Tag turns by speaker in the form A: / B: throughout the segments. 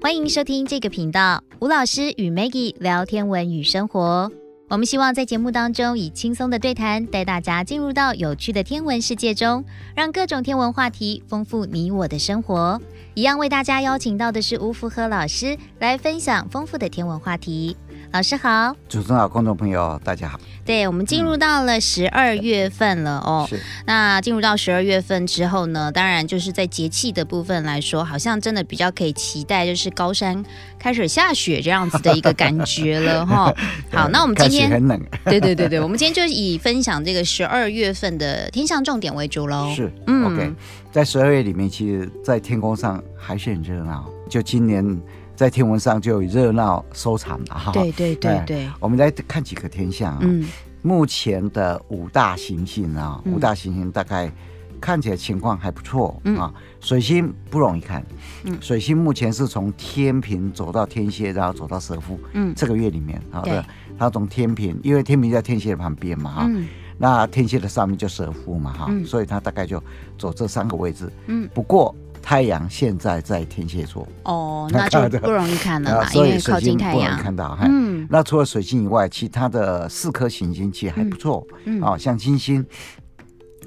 A: 欢迎收听这个频道，吴老师与 Maggie 聊天文与生活。我们希望在节目当中以轻松的对谈，带大家进入到有趣的天文世界中，让各种天文话题丰富你我的生活。一样为大家邀请到的是吴福和老师来分享丰富的天文话题。老师好，
B: 主持人好，观众朋友大家好。
A: 对我们进入到了十二月份了哦。
B: 是，
A: 那进入到十二月份之后呢，当然就是在节气的部分来说，好像真的比较可以期待，就是高山开始下雪这样子的一个感觉 了哈。好，那我们今
B: 呃开始
A: 天
B: 很冷，
A: 对对对对，我们今天就以分享这个十二月份的天象重点为主喽。
B: 是、
A: 嗯
B: OK。在十二月里面，其实，在天空上还是很热闹。就今年在天文上就有热闹收场了哈。
A: 对对对对，
B: 我们来看几个天象啊、
A: 嗯
B: 目前的五大行星啊，
A: 嗯
B: 五大行星大概看起来情况还不错、
A: 嗯
B: 啊。水星不容易看，
A: 嗯
B: 水星目前是从天平走到天蝎，然后走到蛇夫，
A: 嗯
B: 这个月里面，好
A: 对
B: 的，它从天平，因为天平在天蝎的旁边嘛哈。
A: 嗯
B: 那天蝎的上面就蛇夫嘛哈，
A: 嗯
B: 所以它大概就走这三个位置。
A: 嗯，
B: 不过太阳现在在天蝎座，啊
A: 哦，那 就不容易看了啦，因
B: 所以
A: 为
B: 水
A: 靠近
B: 星
A: 太
B: 不能
A: 阳。
B: 看到。嗯、
A: 嗯
B: 那除了水星以外，其他的四颗行星其实还不错啊、
A: 嗯
B: 哦，像金星。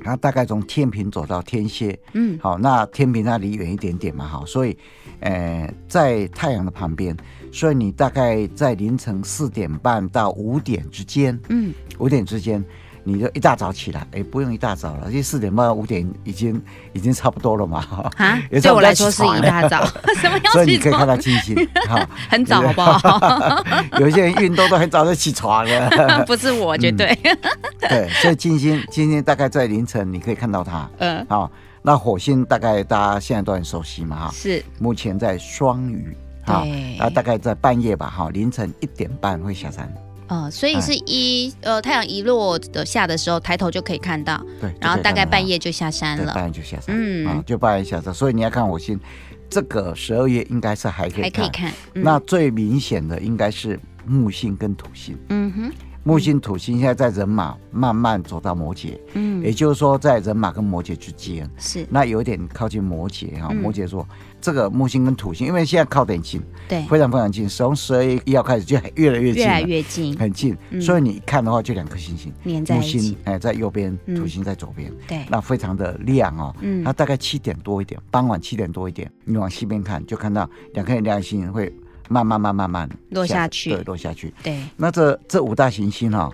B: 它大概从天平走到天蝎，
A: 嗯
B: 好，那天平它离远一点点嘛，好，所以，呃，在太阳的旁边，所以你大概在凌晨四点半到五点之间，
A: 嗯，
B: 五点之间，你就一大早起来，哎，不用一大早了，因为四点半五点已经已经差不多了嘛，
A: 啊，
B: 也
A: 对
B: 差不
A: 我
B: 多
A: 来说是
B: 起床
A: 一
B: 了
A: 大早， 什么
B: 所
A: 要
B: 以你
A: 起
B: 可以看
A: 床？
B: 到清醒。好，
A: 很早好不好？
B: 有些人运动都很早就起床了，
A: 不是我，绝对。
B: 嗯对，所以金星金星大概在凌晨你可以看到它，
A: 嗯，
B: 好，那火星大概大家现在都很熟悉嘛，哈，
A: 是，
B: 目前在双鱼，哈
A: 对，
B: 那大概在半夜吧，哈，凌晨一点半会下山，
A: 呃，所以
B: 哎
A: 是一呃太阳一落的下的时候，抬头就可以看到，
B: 对，
A: 然后
B: 就可以
A: 大概
B: 看到它
A: 半夜就下山
B: 对，
A: 了，
B: 半夜就下山，
A: 嗯
B: 啊，就半夜下山，所以你要看火星，这个十二月应该是还可以
A: 还可以
B: 看，
A: 看。嗯
B: 那最明显的应该是木星跟土星，
A: 嗯哼，
B: 木星土星现在在人马慢慢走到摩羯，也
A: 嗯
B: 就是说在人马跟摩羯之间，
A: 是
B: 那有点靠近摩羯哈，
A: 嗯
B: 摩羯座这个木星跟土星，因为现在靠得很近，
A: 对，
B: 非常非常近，从十二月一号开始就越来越近
A: 越
B: 了，
A: 来越近，
B: 很近，
A: 嗯
B: 所以你一看的话就两颗星星，
A: 粘在
B: 木
A: 一
B: 星
A: 起，
B: 哎在右边，
A: 嗯
B: 土星在左边。
A: 对，
B: 那非常的亮哦，
A: 嗯
B: 它大概七点多一点，傍晚七点多一点，你往西边看就看到两颗亮星会慢慢慢慢慢慢
A: 落下去
B: 对，落下去。
A: 对，
B: 那这这五大行星哈、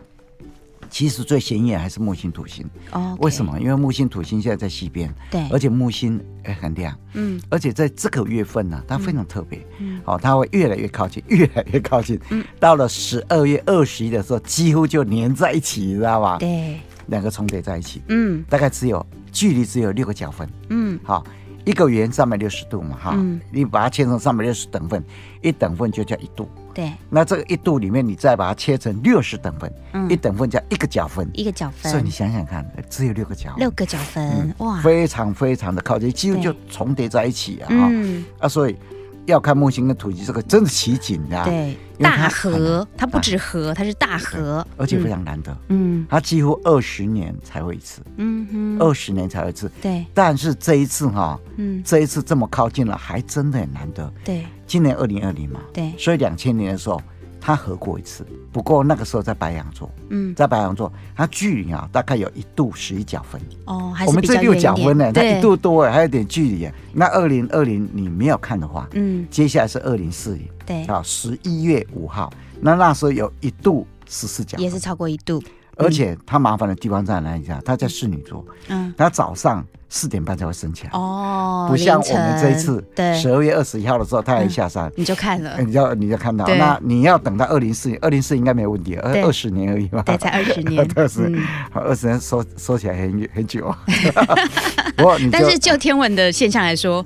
B: 其实最显眼还是木星、土星。
A: 哦，
B: 为什？么？因为木星、土星现在在西边，
A: 对，
B: 而且木星也很亮，
A: 哎嗯
B: 而且在这个月份呢、它非常特别。
A: 嗯
B: 哦，它会越来越靠近，越来越靠近，
A: 嗯
B: 到了十二月二十一的时候，几乎就粘在一起，你知道吧？
A: 对，
B: 两个重叠在一起，
A: 嗯
B: 大概只有距离只有六个角分。
A: 嗯
B: 好，一个圆三百六十度嘛，哈，
A: 嗯
B: 你把它切成三百六十等份，一等份就叫一度。
A: 对，
B: 那这个一度里面，你再把它切成六十等份，
A: 嗯
B: 一等份叫一个角分。
A: 一个角
B: 所以
A: 分
B: 你，想想看，只有六个角，
A: 六个角分，哇，
B: 嗯非常非常的靠近，几乎
A: 对
B: 就重叠在一起啊！哈、
A: 嗯，
B: 啊，所以要看木星跟土星这个真的奇景啊，，
A: 对，
B: 因为它
A: 大河，它不
B: 哎
A: 止河，它是大河，
B: 而且非
A: 嗯
B: 常难得，
A: 嗯
B: 它几乎二十年才会一次，
A: 嗯哼，
B: 二十年才会一次。
A: 对，
B: 但是这一次哈、
A: 嗯
B: 这一次这么靠近了，还真的很难得。
A: 对
B: 今年二零二零嘛，
A: 对，
B: 所以两千年的时候，它合过一次，不过那个时候在白羊座，
A: 嗯
B: 在白羊座，它距离啊大概有一度十一角分，
A: 哦，还
B: 我
A: 是
B: 们
A: 比较
B: 这
A: 远
B: 六
A: 一点
B: 角分呢，它
A: 对，
B: 一度多哎，还有点距离哎。那二零二零你没有看的话，
A: 嗯，
B: 接下来是二零四零
A: 对，
B: 啊，十一月五号，那那时候有一度十四角分
A: 也是超过一度，
B: 而且它麻烦的地方在哪里？知道它在处女座，
A: 嗯，
B: 它早上四点半才会升起来，
A: 哦，
B: 不像
A: 凌
B: 我们这一
A: 晨
B: 次
A: 对
B: 十，二月二十一号的时候太阳一下山。
A: 你就看了
B: 哎，你要你要看到，
A: 对
B: 那你要等到二零四，二零四应该没问题，啊二
A: 对
B: 二十年而已吧。
A: 对，才二 十年，
B: 二十
A: 嗯，
B: 二十年说说起来很远 很久。不过你就
A: 但是就天文的现象来说，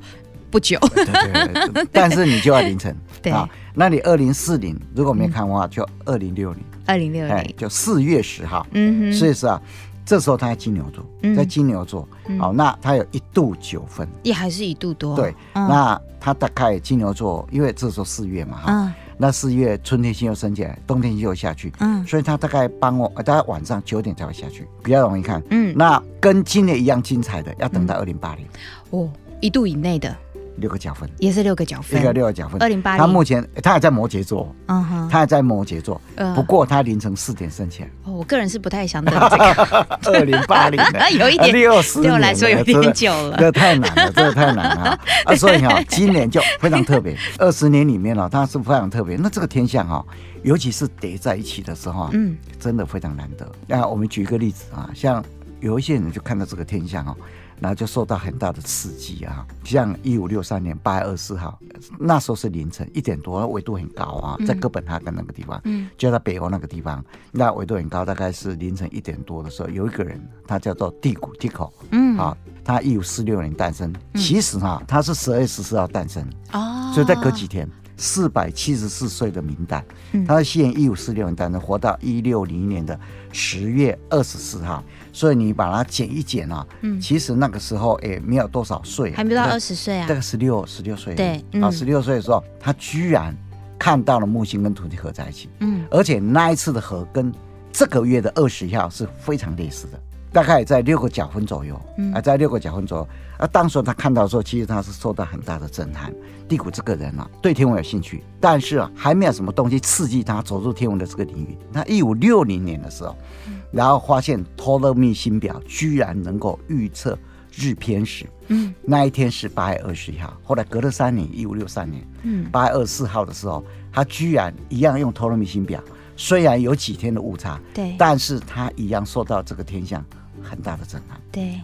A: 不久，
B: 对对 对，但是你就要凌晨
A: 对，嗯
B: 那你二零四零如果没看的话，就二零六零，哎
A: 二零六零，
B: 就四月十号，
A: 嗯
B: 四
A: 哼，
B: 月十号，啊这时候他在金牛座
A: 嗯，
B: 在金牛座，好，那他有一度九分，
A: 也还是一度多，
B: 对，
A: 嗯
B: 那他大概金牛座，因为这时候四月嘛，哈，
A: 嗯
B: 那四月春天星又升起来，冬天星又下去，
A: 嗯
B: 所以它大概傍晚，呃大概晚上九点才会下去，比较容易看。
A: 嗯，
B: 那跟今年一样精彩的，要等到二零八零，
A: 哦，一度以内的，
B: 六个角分，
C: 也是六个角
B: 一
C: 分，
B: 个六个角分
C: 二。零八
B: 他目
C: 零，
B: 前他还在摩羯座，
C: 嗯哼，
B: 他还在摩羯座，
C: 呃
B: 不过他凌晨四点 生起来，
C: 哦我个人是不太 想等这个，，
B: 二零八零的 啊
C: 有一点
B: 六十
C: 对我来说有点久了
B: 这太难了，这太难 了啊！啊所以哈、今年就非常特别，二十年里面哦，它是非常特别。那这个天象哈、尤其是叠在一起的时候啊，
C: 嗯
B: 真的非常难得。那我们举一个例子啊，像有一些人就看到这个天象哦，然后就受到很大的刺激啊。像一五六三年八月二十四号，那时候是凌晨一点多，纬度很高啊，在哥本哈根那个地方，
C: 嗯，
B: 就在北欧那个地方，那纬度很高，大概是凌晨一点多的时候，有一个人，他叫做蒂古蒂口
C: 嗯，
B: 啊，他一五四六年诞生，其实哈、他是十二月十四号诞生，
C: 哦，
B: 所以再隔几天。四百七十四岁的明代
C: 嗯，
B: 他是西元一五四六年诞生，活到一六零年的十月二十四号，所以你把它减一减啊，
C: 嗯
B: 其实那个时候也没有多少岁啊，
C: 还没到
B: 大概
C: 二十岁啊
B: 大，概十六十六岁而已，
C: 对嗯
B: 啊，十六岁的时候，他居然看到了木星跟土地合在一起，
C: 嗯
B: 而且那一次的合跟这个月的二十号是非常类似的，大概在六个角分左右，
C: 嗯
B: 啊，在六个角分左右。啊，当时他看到的时候，其实他是受到很大的震撼。地谷这个人啊，对天文有兴趣，但是啊，还没有什么东西刺激他走入天文的这个领域。那一五六零年的时候，然后发现托勒密星表居然能够预测日偏食，
C: 嗯
B: 那一天是八月二十一号，后来隔了三年，一五六三年，
C: 嗯
B: 八月二十四号的时候，他居然一样用托勒密星表，虽然有几天的误差，
C: 对
B: 但是他一样受到这个天象很大的震撼。
C: 对，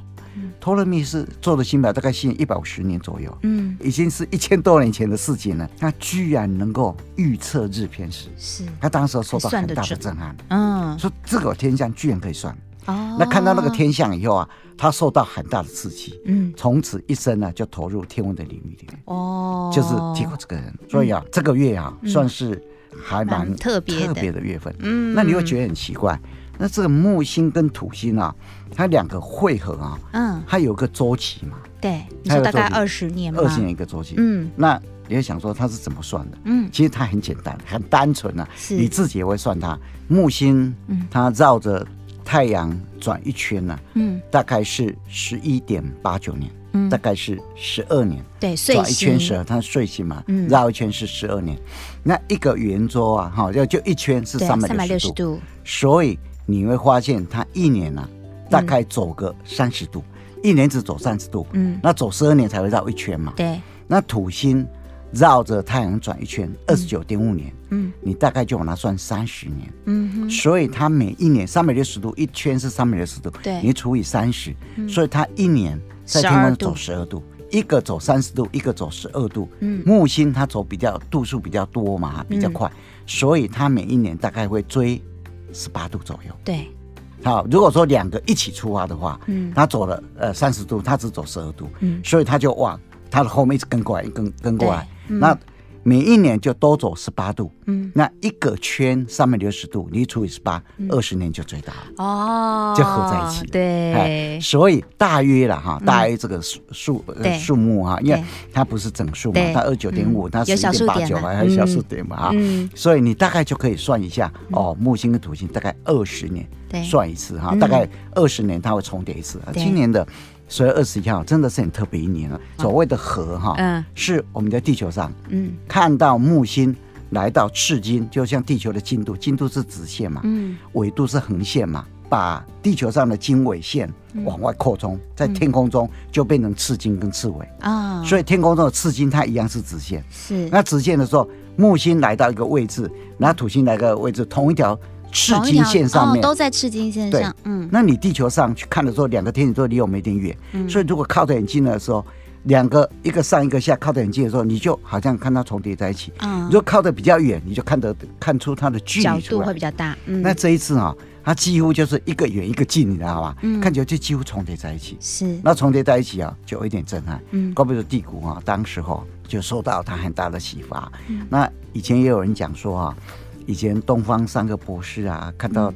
B: 托勒密是做的星表，大概是一百五十年左右，
C: 嗯
B: 已经是一千多年前的事情了。他居然能够预测日偏食，
C: 是，
B: 他当时受
C: 还
B: 到
C: 算
B: 很
C: 得
B: 大的
C: 准
B: 震撼，
C: 嗯
B: 说这个天象居然可以算。
C: 哦，
B: 那看到那个，天象以后啊，他受到很大的刺激，
C: 嗯
B: 从此一生呢、就投入天文的领域里面。
C: 哦，嗯
B: 就是提过这个人。所以啊，这个月啊，算是还蛮
C: 蛮特别的
B: 特别的月份。
C: 嗯
B: 那你会觉得很奇怪，那这个木星跟土星啊，它两个汇合啊，
C: 嗯
B: 它有个周期嘛，
C: 对，你
B: 还
C: 说
B: 有
C: 大概
B: 作
C: 二十年吗？
B: 二十年一个周期。
C: 嗯
B: 那你会想说它是怎么算的？
C: 嗯
B: 其实它很简单，很单纯啊，
C: 是
B: 你自己也会算它。木星
C: 嗯
B: 它绕着太阳转一圈呢、
C: 嗯
B: 大概是十一点八九年，
C: 嗯
B: 大，概是十二年。
C: 对，岁
B: 转一
C: 星
B: 圈蛇，它睡醒嘛
C: 嗯，
B: 绕一圈是十二年，那一个圆周啊，哈，就就一圈是
C: 对
B: 三
C: 三
B: 百
C: 百
B: 六
C: 六
B: 十
C: 十
B: 度，
C: 度，嗯
B: 所以你会发现它一年啊，大概走个三十度，一年只走三十度，
C: 嗯
B: 那走十二年才会绕一圈嘛。
C: 对，
B: 那土星绕着太阳转一圈，二十九点五年，
C: 嗯
B: 你大概就把它算三十年，
C: 嗯哼
B: 所以它每一年三百六十度一圈是三百六十度，
C: 对
B: 你除以三十、所以它一年在天
C: 12
B: 空
C: 度
B: 走十二度，一个走三十度，一个走十二度。
C: 嗯
B: 木星它走比较度数比较多嘛，比较快，所以它每一年大概会追十八度左右。
C: 对，
B: 好，如果说两个一起出发的话，
C: 嗯
B: 它走了呃三十度，它只走十二度，
C: 嗯
B: 所以它就往它的后面一直跟过来，跟跟过来，
C: 对嗯
B: 那每一年就都走十八度。
C: 嗯
B: 那一个圈三百六十度，你除以十八，二十年就追到了，
C: 哦，
B: 就合在一起。哎
C: 对，嗯
B: 所以大约了哈，大约这个数数呃
C: 对
B: 数目哈，因为
C: 对
B: 它不是整数嘛
C: 对，
B: 它二九点五，
C: 嗯
B: 它
C: 有
B: 十
C: 小
B: 一
C: 数
B: 点八
C: 点
B: 九
C: 嘛
B: 还有小
C: 嗯
B: 数点嘛啊。
C: 嗯
B: 所以你大概就可以算一下哦，木星跟土星大概二十年
C: 对
B: 算一次哈
C: 嗯，
B: 大概二十年它会重叠一次。啊
C: 对
B: 今年的十月二十一号真的是很特别一年了。所谓的合
C: 嗯
B: 哈，是我们在地球上
C: 嗯
B: 看到木星来到赤金，就像地球的经度，经度是直线嘛，
C: 嗯
B: 纬度是横线嘛，把地球上的经纬线
C: 嗯
B: 往外扩充，在天空中就变成赤金跟赤纬，
C: 啊，
B: 所以天空中的赤金它一样是直线。
C: 是
B: 那直线的时候，木星来到一个位置，然后土星来到一个位置，同一条赤
C: 同一
B: 金
C: 条
B: 线上
C: 哦
B: 面。
C: 都在赤金线
B: 对
C: 上，嗯
B: 那你地球上去看的时候，两个天体座离我们有点远，所以如果靠得很近的时候，两个一个上一个下靠得很近的时候，你就好像看它重叠在一起。
C: 嗯
B: 如，果靠得比较远，你就看得看出它的距
C: 角
B: 离出
C: 度会
B: 来
C: 比。较大，嗯，
B: 那这一次啊，它几乎就是一个远一个近，你知道吧？
C: 嗯
B: 看起来就几乎重叠在一起。
C: 是
B: 那重叠在一起啊，就有一点震撼。
C: 嗯
B: 怪不得地谷啊，当时候就受到它很大的启发。
C: 嗯
B: 那以前也有人讲说啊，以前东方三个博士啊，看到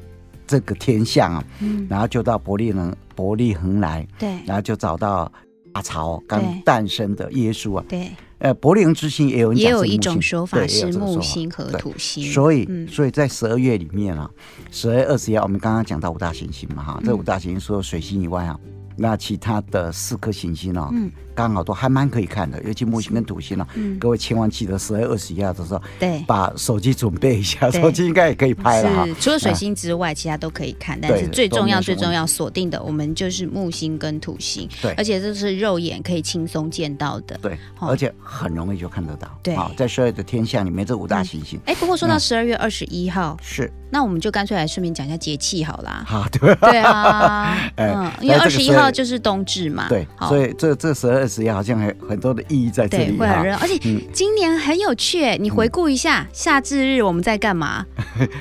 B: 这个天象啊，
C: 嗯
B: 然后就到伯利恒伯利恒来，
C: 对
B: 然后就找到大潮
C: 对
B: 刚诞生的耶稣啊。
C: 对，
B: 呃，伯利恒之星也有人
C: 也
B: 讲
C: 有
B: 是
C: 一
B: 木
C: 种
B: 星
C: 说法
B: 对也有
C: 是
B: 这个
C: 木
B: 说法
C: 星和
B: 对
C: 土星，
B: 所以，
C: 嗯
B: 所以在十二
A: 嗯
B: 月里面啊，十二月二十一，我们刚刚讲到五大行星嘛哈，这五大行星除了水星以外啊，那其他的四颗行星哦，
C: 嗯
B: 刚好都还蛮可以看的，尤其木星跟土星哦。
C: 嗯，
B: 各位千万记得十月二十一号的时候，
A: 对，
B: 把手机准备一下，
A: 对
B: 手机应该也可以拍了哈
A: 是。除了水星之外，其他都可以看，但
B: 对
A: 是最重要、
B: 都没什
A: 最
B: 么
A: 重要锁定的，我们就是木星跟土星，
B: 对
A: 而且这是肉眼可以轻松见到的。
B: 对，
A: 好
B: 而且很容易就看得到。
A: 对
B: 啊在十二的天象里面，这五大行星
A: 哎，不过说到
B: 嗯
A: 十二月二十一号，
B: 是
A: 那我们就干脆来顺便讲一下节气好啦。
B: 啊，对
A: 对啊，
B: 哎
A: 嗯，因为
B: 那
A: 二
B: 这个
A: 十一
B: 是
A: 号就是冬至嘛，
B: 对，
A: 啊好
B: 所以这这十二二十一好像有很多的意义在这
A: 对，
B: 里
A: 会很
B: 哈。
A: 热，而且
B: 嗯
A: 今年很有趣耶。你回顾一下，夏至日我们在干 嘛？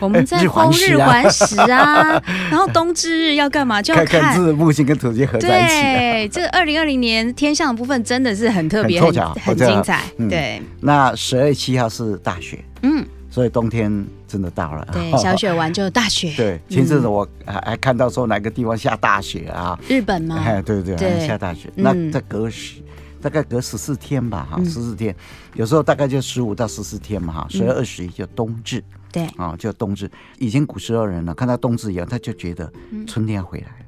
A: 我们在
B: 日环
A: 烘日
B: 食啊
A: 环食啊，然后冬至日要干嘛？就要
B: 看看是木星跟土星合在一起啊的。
A: 对，这二零二零年天象的部分真的是很特别，
B: 很
A: 很
B: 凑巧
A: 很
B: 我觉得
A: 精彩。
B: 嗯
A: 对，
B: 那十二七号是大雪，
A: 嗯，
B: 所以冬天真的到了。
A: 对，小雪嗯完就大雪。
B: 啊对，前阵子我还还看到说哪个地方下大雪啊，
A: 日本嘛，
B: 哎，对对，
A: 对
B: 下大雪。
A: 嗯
B: 那再隔十，大概隔十四天吧，哈，
A: 嗯
B: 十四天，有时候大概就十五到十四天嘛，哈，十二二十一就冬至
A: 对，
B: 啊，就冬至。以前古时候人呢，看到冬至一样，他就觉得
A: 嗯
B: 春天要回来了。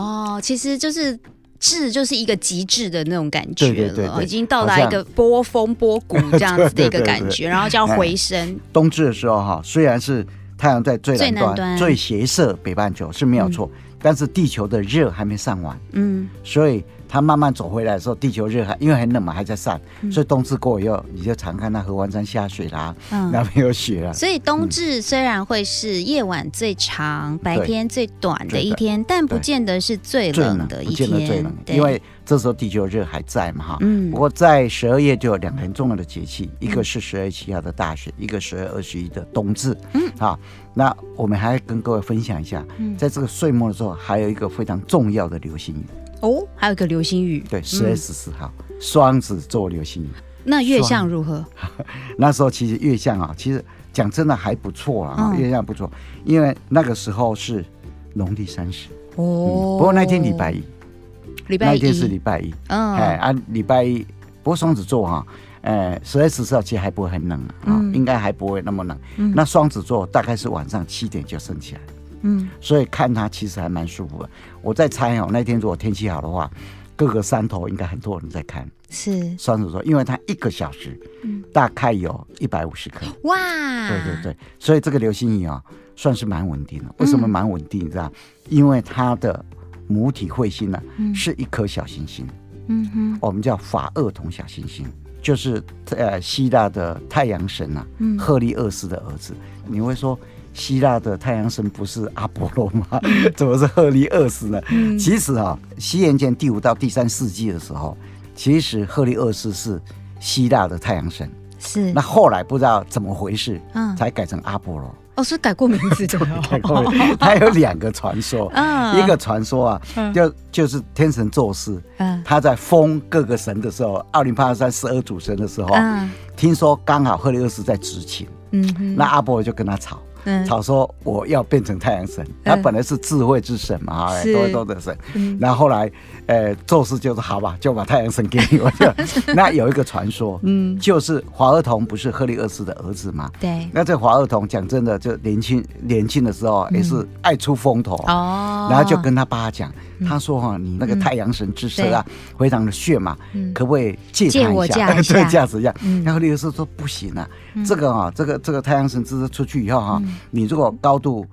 A: 哦，其实就是。至就是一个极致的那种感觉了，
B: 对对对对
A: 已经到达一个
B: 好
A: 波峰波谷这样子的一个
B: 对对对对
A: 感觉，然后就要回升，
B: 冬至的时候哈，虽然是太阳在最南
A: 最南
B: 端、
A: 端
B: 最斜射北半球是没有错，但是地球的热还没散完，
A: 嗯，
B: 所以它慢慢走回来的时候，地球热还因为很冷嘛，还在散，所以冬至过以后，你就常看到合欢山下雪啦，
A: 嗯
B: 那边有雪啦。
A: 所以冬至虽然会是夜晚最长、白
B: 嗯
A: 天最短的一天，但不见得是最
B: 最
A: 冷
B: 冷
A: 的
B: 不
A: 一
B: 见得最冷
A: 天，，对
B: 因为这时候地球热还在嘛哈。
A: 嗯
B: 不过在十二月就有两个很重要的节气，一个是十二七号的大雪，一个十二二十一的冬至。嗯，啊，那我们还跟各位分享一下，
A: 嗯
B: 在这个岁末的时候，还有一个非常重要的流星雨，
A: 哦，还有一个流星雨，
B: 对，十月十四号，
A: 嗯
B: 双子座流星雨。
A: 那月相如何？
B: 那时候其实月相啊，其实讲真的还不错啊，
A: 嗯
B: 月相不错，因为那个时候是农历三十，嗯
A: 哦
B: 不过那天礼拜一，
A: 礼拜
B: 那
A: 一
B: 一天是礼拜一，
A: 嗯，
B: 哎啊，礼拜一，不过双子座哈、哎，十月十四号其实还不会很冷啊，
A: 嗯
B: 应该还不会那么冷。那双子座大概是晚上七点就升起来，
A: 嗯，
B: 所以看它其实还蛮舒服的。我在猜哦，那天如果天气好的话，各个山头应该很多人在看
A: 是
B: 双子座，因为它一个小时
A: 嗯，
B: 大概有一百五十颗。
A: 哇，
B: 对
A: 啊
B: 对对，所以这个流星雨啊、算是蛮稳定的。为什么蛮稳定？你知道，因为它的母体彗星呢、是一颗小行星。
A: 嗯哼，
B: 我们叫法厄同小行星，就是呃希腊的太阳神啊，赫利厄斯的儿子。你会说希腊的太阳神不是阿波罗吗？ 怎么是赫利厄斯呢？其实啊，西元前第五到第三世纪的时候，其实赫利厄斯是希腊的太阳神。
A: 是
B: 那后来不知道怎么回事，
A: 嗯
B: 才改成阿波罗。
A: 哦，是改过名字的 哦，
B: 它有两个传说，
A: 嗯
B: 一个传说啊，就就是天神宙斯，
A: 嗯
B: 他在封各个神的时候，奥林帕斯山十二主神的时候，啊
A: 嗯
B: 听说刚好赫利厄斯在执勤，
A: 嗯哼，
B: 那阿波罗就跟他吵。
A: 嗯
B: 吵说我要变成太阳神，他本来是智慧之神嘛，哎
A: 是
B: 多多的神
A: 嗯。
B: 然后后来，呃，宙斯就说好吧，就把太阳神给你。我就 那有一个传说，
A: 嗯
B: 就是华儿童不是赫利厄斯的儿子嘛？
A: 对
B: 那这华儿童讲真的，就年轻年轻的时候也是爱出风头，
A: 嗯哦，
B: 然后就跟他爸讲，他说哈、你那个太阳神之蛇啊，非常的炫嘛，
A: 嗯
B: 可不可以借
A: 借
B: 他
A: 我
B: 一下？
A: 驾一下
B: 对，驾驶一下。
A: 嗯
B: 然后律师说不行啊，这个啊，这个这个太阳神之蛇出去以后哈、你如果高度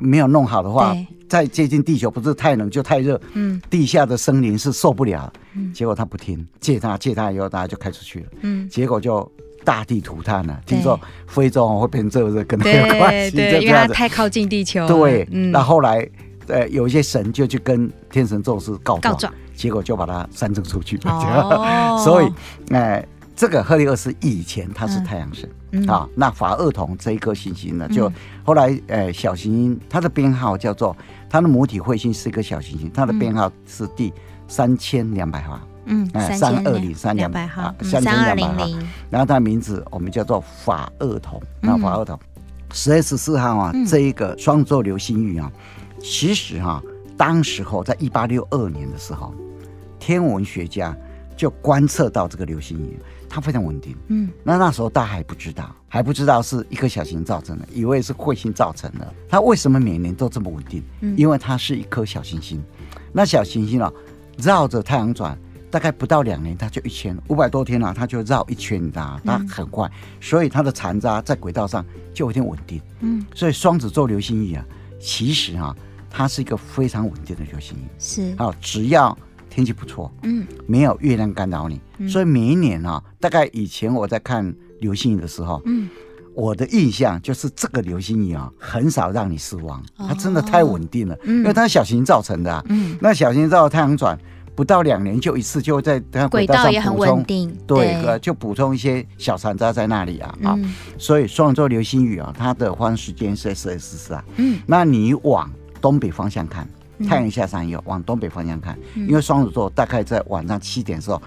B: 没有弄好的话
A: 嗯对，
B: 再接近地球不是太冷就太热，
A: 嗯
B: 地下的森林是受不了。结果他不听，借他借他以后，大家就开出去了，
A: 嗯。
B: 结果就。大地涂炭了，
A: 对
B: 听说非洲哦会变热热，跟他有关
A: 对
B: 系，
A: 对，
B: 就
A: 因
B: 这
A: 为它
B: 样子。
A: 太靠近地球了。
B: 对，
A: 嗯，
B: 那后来呃有一些神就去跟天神宙斯告
A: 告
B: 状，
A: 状
B: 结果就把他删除出去了。
A: 哦
B: 所以，呃，这个赫利厄斯以前他是太阳神、
A: 嗯
B: 啊，那法厄同这一颗行星呢，就后来呃小行星它的编号叫做它的母体彗星是一个小行星，它的编号是第三千两百号。
A: 嗯，
B: 哎
A: 三千
B: 3203
A: 两
B: 两
A: 百号
B: 啊，
A: 嗯
B: 3200
A: 3200，
B: 然后它的名字我们叫做法厄同，那法厄同，十月十四号啊，这一个双子座流星雨啊，其实哈、当时候在一八六二年的时候，天文学家就观测到这个流星雨，它非常稳定。
A: 嗯，
B: 那那时候大家还不知道，还不知道是一颗小行星造成的，以为是彗星造成的。它为什么每年都这么稳定？因为它是一颗小行星。那小行星啊，绕着太阳转，大概不到两年，它就一圈，五百多天了、它就绕一圈，你知道吗？它很快，所以它的残渣在轨道上就有点稳定。
A: 嗯，
B: 所以双子座流星雨啊，其实啊，它是一个非常稳定的流星雨。
A: 是，
B: 啊，只要天气不错，
A: 嗯，
B: 没有月亮干扰你，所以每一年啊，大概以前我在看流星雨的时候，
A: 嗯，
B: 我的印象就是这个流星雨啊，很少让你失望，它真的太稳定了，因为它是小行星造成的啊。
A: 哦嗯，
B: 那小行星绕太阳转不到两年就一次，就在它
A: 轨
B: 道
A: 道
B: 上
A: 也很
B: 补充
A: 稳。定，
B: 对，呃，就补充一些小残渣在那里啊啊，
A: 嗯
B: 所以双子座流星雨啊，它的方时间是十二时四啊。
A: 嗯，
B: 那你往东北方向看，太阳下山以后往东北方向看，
A: 嗯
B: 因为双子座大概在晚上七点的时候，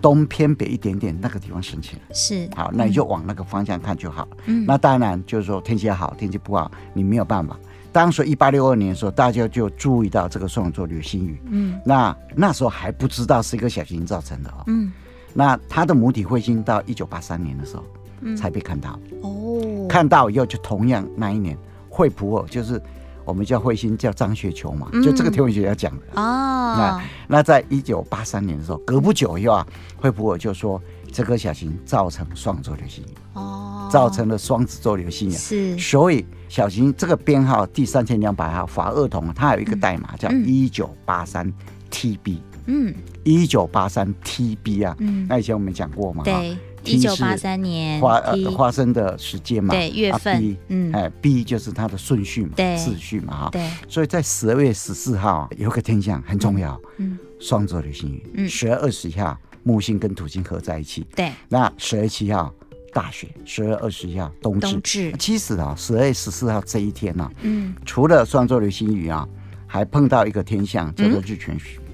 B: 东偏北一点点那个地方升起来。
A: 是，
B: 好，那你就往那个方向看就好。
A: 嗯
B: 那当然就是说天气好，天气不好，你没有办法。当时一八六二年的时候，大家就注意到这个双子座流星雨。
A: 嗯
B: 那那时候还不知道是一个小行星造成的哦。
A: 嗯，
B: 那它的母体彗星到一九八三年的时候
A: 嗯
B: 才被看到，
A: 哦，
B: 看到以后就同样那一年，惠普尔就是我们叫彗星叫张学球嘛，
A: 嗯
B: 就这个天文学家讲的。
A: 哦，
B: 那在一九八三年的时候，隔不久以后啊，惠普尔就说这颗小行星造成双子座流星雨，
A: 哦，
B: 造成了双子座流星雨。啊
A: 是，
B: 所以小型这个编号第三千两百号法二同，它有一个代码叫
A: 嗯
B: 一九八三 TB，
A: 嗯
B: 一九八三 TB 啊，
A: 嗯，
B: 那以前我们讲过嘛，
A: 对，一
B: T
A: 九
B: 啊是
A: 八三年
B: 花呃
A: T
B: 花生的时间嘛，
A: 对月
B: 啊
A: 份
B: B，
A: 嗯
B: 哎 B 就是它的顺序嘛，
A: 对
B: 次序嘛哈，
A: 对，
B: 所以在十二月十四号有一个天象很重要，
A: 嗯
B: 双子座流星
A: 嗯
B: 雨，十二二十一号木星跟土星合在一起，
A: 对，
B: 那十二七号大雪，十二二十一号冬至
A: 冬，至，
B: 其实啊十二月十四号这一天呢、啊。
A: 嗯，
B: 除了双周流星雨啊，还碰到一个天象叫做日全食，
A: 嗯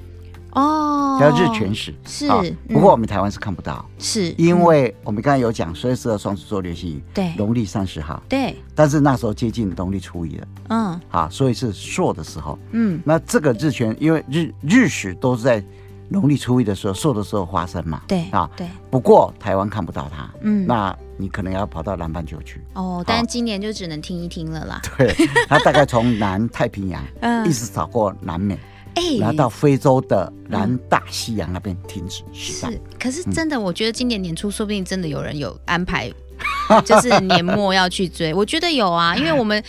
A: 哦，
B: 叫日全食。
A: 是
B: 啊
A: 嗯
B: 不过我们台湾是看不到，
A: 是，
B: 因为我们刚才有讲，所以是双子座流星雨，
A: 对
B: 农历三十号，
A: 对，
B: 但是那时候接近农历初一了
A: 嗯
B: 啊，所以是朔的时候。
A: 嗯，
B: 那这个日全，因为日日食都是在农历初一的时候，朔的时候发生嘛。
A: 对
B: 啊，
A: 对，
B: 不过台湾看不到它，
A: 嗯
B: 那你可能要跑到南半球去。
A: 哦，但今年就只能听一听了啦。
B: 对，它大概从南太平洋
A: 嗯
B: 一直扫过南美。
A: 哎
B: 然后到非洲的南大西洋那边停止释放
A: 是，可
B: 嗯
A: 是真的，我觉得今年年初说不定真的有人有安 排，就是年末要去追。我觉得有 啊，因为我们。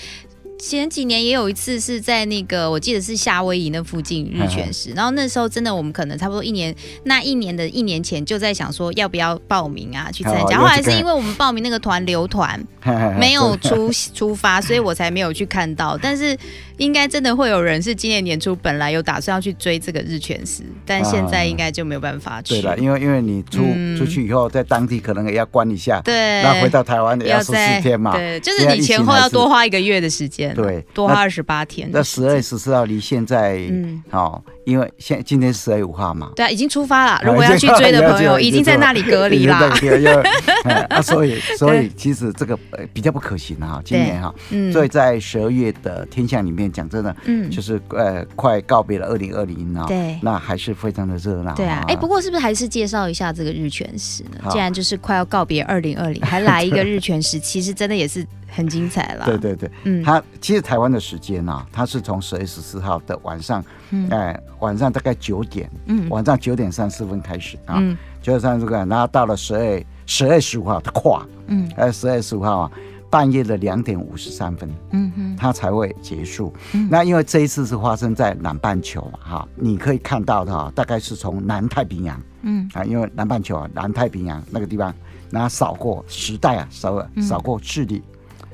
A: 前几年也有一次是在那个，我记得是夏威夷那附近日全
B: 嗯
A: 食，然后那时候真的我们可能差不多一年，那一年的一年前就在想说要不要报名啊去参
B: 哦有这
A: 加，
B: 个啊
A: 后来是因为我们报名那个团留团， 没有出出发，所以我才没有去看到。但是应该真的会有人是今年年初本来有打算要去追这个日全食，但现在应该就没有办法去。
B: 啊对了，因为因为你出、
A: 嗯
B: 出去以后，在当地可能也要关一下，
A: 对，
B: 那回到台湾也要十
A: 再
B: 四天嘛。
A: 对，就是你前后要多花一个月的时间，啊
B: 对
A: 多花二十八天。
B: 那十二十四号离现在，
A: 嗯
B: 哦，因为现今天十二月五号嘛，
A: 对啊，已经出发了。如果要去追 的朋友，已经在那里隔离啦。
B: 已经 在隔离了哎啊，所以所以其实这个呃比较不可行啊，今年哈、
A: 嗯，
B: 所以在十二月的天象里面，讲真的，
A: 嗯
B: 就是呃快告别了二零二零啊，
A: 对
B: 那还是非常的热闹啊。
A: 对啊，哎，不过是不是还是介绍一下这个日全食呢？
B: 好
A: 既然就是快要告别二零二零，还来一个日全 食，其实真的也是很精彩啦。
B: 对，对对，
A: 嗯
B: 它其实台湾的时间啊，它是从十月十四号的晚上，
A: 嗯
B: 哎，晚上大概九点，
A: 嗯
B: 晚上九点三十分开始啊，
A: 嗯
B: 九点三十分，然后到了十二十二十五号，它跨，
A: 嗯
B: 呃，十二十五号啊，半夜的两点五十三分，
A: 嗯嗯
B: 它才会结束。那因为这一次是发生在南半球嘛，哈，你可以看到的啊，大概是从南太平洋
A: 嗯
B: 啊，因为南半球啊，南太平洋那个地方，然后扫过时代啊，扫扫过智利，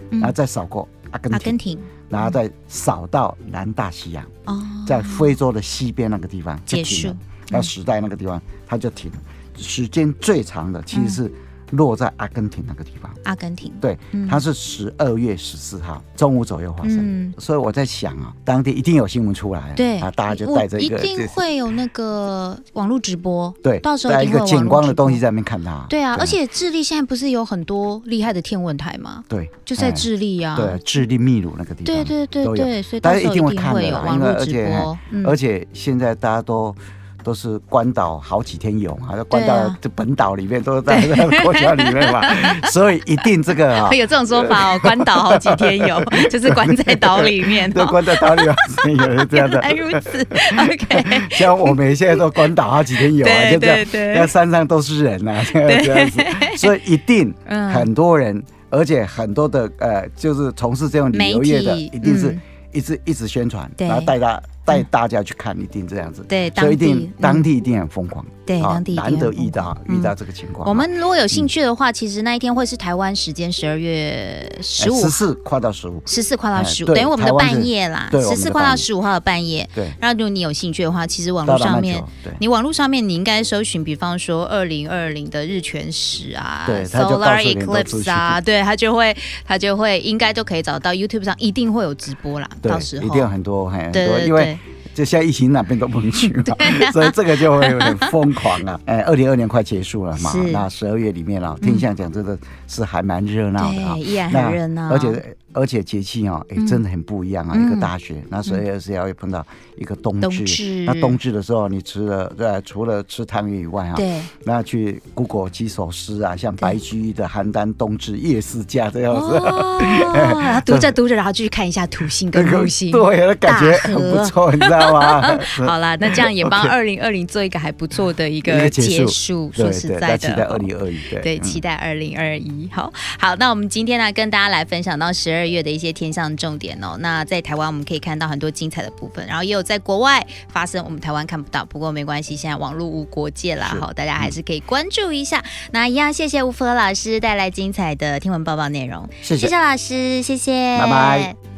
A: 嗯
B: 然后再扫过阿根
A: 阿
B: 廷
A: 根。廷
B: 然后再扫到南大西洋，
A: 哦，
B: 在非洲的西边那个地方就
A: 结
B: 停了
A: 束，嗯
B: 那时代那个地方它就停了。时间最长的其实
A: 嗯
B: 是落在阿根廷那个地方，
A: 阿根廷，
B: 对，它是十二月十四号中午左右发生。
A: 嗯，
B: 所以我在想啊，当地一定有新闻出来，
A: 对
B: 啊，大家就带着一个
A: 我一定会有那个网络直播，
B: 对，
A: 到时候
B: 带
A: 一
B: 一
A: 定会
B: 个
A: 有
B: 景光的东西
A: 在。
B: 在那边看它。
A: 对啊，而且智利现在不是有很多厉害的天文台吗？
B: 对，
A: 就在
B: 哎
A: 智利啊。
B: 对，智利、秘鲁那个地方，
A: 对对对
B: 都有
A: 对所以到
B: 大家
A: 时候
B: 一定
A: 一
B: 会
A: 定
B: 看
A: 会
B: 的
A: 有
B: 啦，
A: 网
B: 因为
A: 络
B: 而
A: 直
B: 且
A: 播嗯
B: 而且现在大家都都是关岛好几天游嘛，就关
A: 对
B: 到
A: 啊
B: 这本岛里面都是在 国家里 面嘛，所以一定这个啊、
A: 有这种说 法哦，关岛好几天有， 就是关在岛里面
B: 都
A: 哦。
B: 关在岛里面有人这样
A: 原
B: 的
A: 来。如此 ，OK，
B: 像我们现在都关岛好几天有啊，
A: 对
B: 就这样
A: 对，对
B: 那山上都是人 啊，这样这样子，所以一定
A: 嗯
B: 很多人，而且很多的呃，就是从事这种旅游业的，
A: 媒体
B: 一定是
A: 嗯
B: 一直一直宣传，
A: 对嗯
B: 然后带大带大家去看，一定这样子，
A: 对
B: 所以
A: 当地
B: 一定
A: 嗯
B: 当地一定很疯狂，
A: 对
B: 啊
A: 当地一定
B: 难得
A: 很疯
B: 遇到
A: 狂
B: 遇到
A: 嗯
B: 这个情况啊，
A: 我们如果有兴趣的话，其实那一天会是台湾时间十二月十五
B: 哎十四快到十五，
A: 十四快到
B: 哎
A: 十五，
B: 对
A: 等于我们的
B: 台湾是
A: 半夜啦，
B: 对我
A: 十
B: 们的
A: 四快到
B: 半夜
A: 十五号的半夜。
B: 对，
A: 然后如果你有兴趣的话，其实网
B: 到
A: 络
B: 达
A: 上
B: 曼
A: 面
B: 久，，对。
A: 你网络上面你应该搜寻，比方说二零二零的日全食啊
B: 对它就告
A: ，Solar
B: 诉你很多资
A: Eclipse 啊，对，它就会它就会应该都可以找到 YouTube 上一定会有直播啦，
B: 对
A: 到时，候
B: 一定有很多很
A: 对
B: 多，
A: 对
B: 因为
A: 对，
B: 就现在疫情哪边都不能去 嘛，
A: 啊
B: 所以这个就会很疯狂啊！ 哎，二零二年快结束了嘛
A: 是，嗯
B: 那十二月里面啊，听讲讲真的是还蛮热闹的啊
A: 对，。依然
B: 那
A: 很热闹，
B: 而且而且节气啊，哎，
A: 嗯
B: 真的很不一样啊！
A: 嗯
B: 一个大雪，那十二月二十会碰到一个冬
A: 冬
B: 至。
A: 至
B: 那冬至的时候，你吃了呃，除了吃汤圆以外啊，
A: 对
B: 那去 Google 几首诗啊，像白居易的《邯郸冬至夜思家》这样 子，
A: 哦，然后读着读着，然后继续看一下土星跟木星。
B: 对，感觉
A: 大河
B: 很不错，你知道 吗？
A: 好啦，那这样 也帮二零二零做一个还不错的一
B: 一
A: 个
B: 个
A: 结
B: 结束
A: 束。
B: 对
A: 说实
B: 对，
A: 在
B: 那期待
A: 的，哦
B: 二零二一，对嗯
A: 对，期待二零二一。好好，那我们今天呢，跟大家来分享到十二月的一些天象重点哦。那在台湾，我们可以看到很多精彩的部分，然后也有在国外发生，我们台湾看不到。不过没关系，现在网络无国界啦，
B: 是
A: 好，大家还是可以关注一下。那一样，谢谢吴福和老师带来精彩的天文报报内容，
B: 谢
C: 谢
B: 谢。
C: 谢老师，谢谢，
B: 拜拜。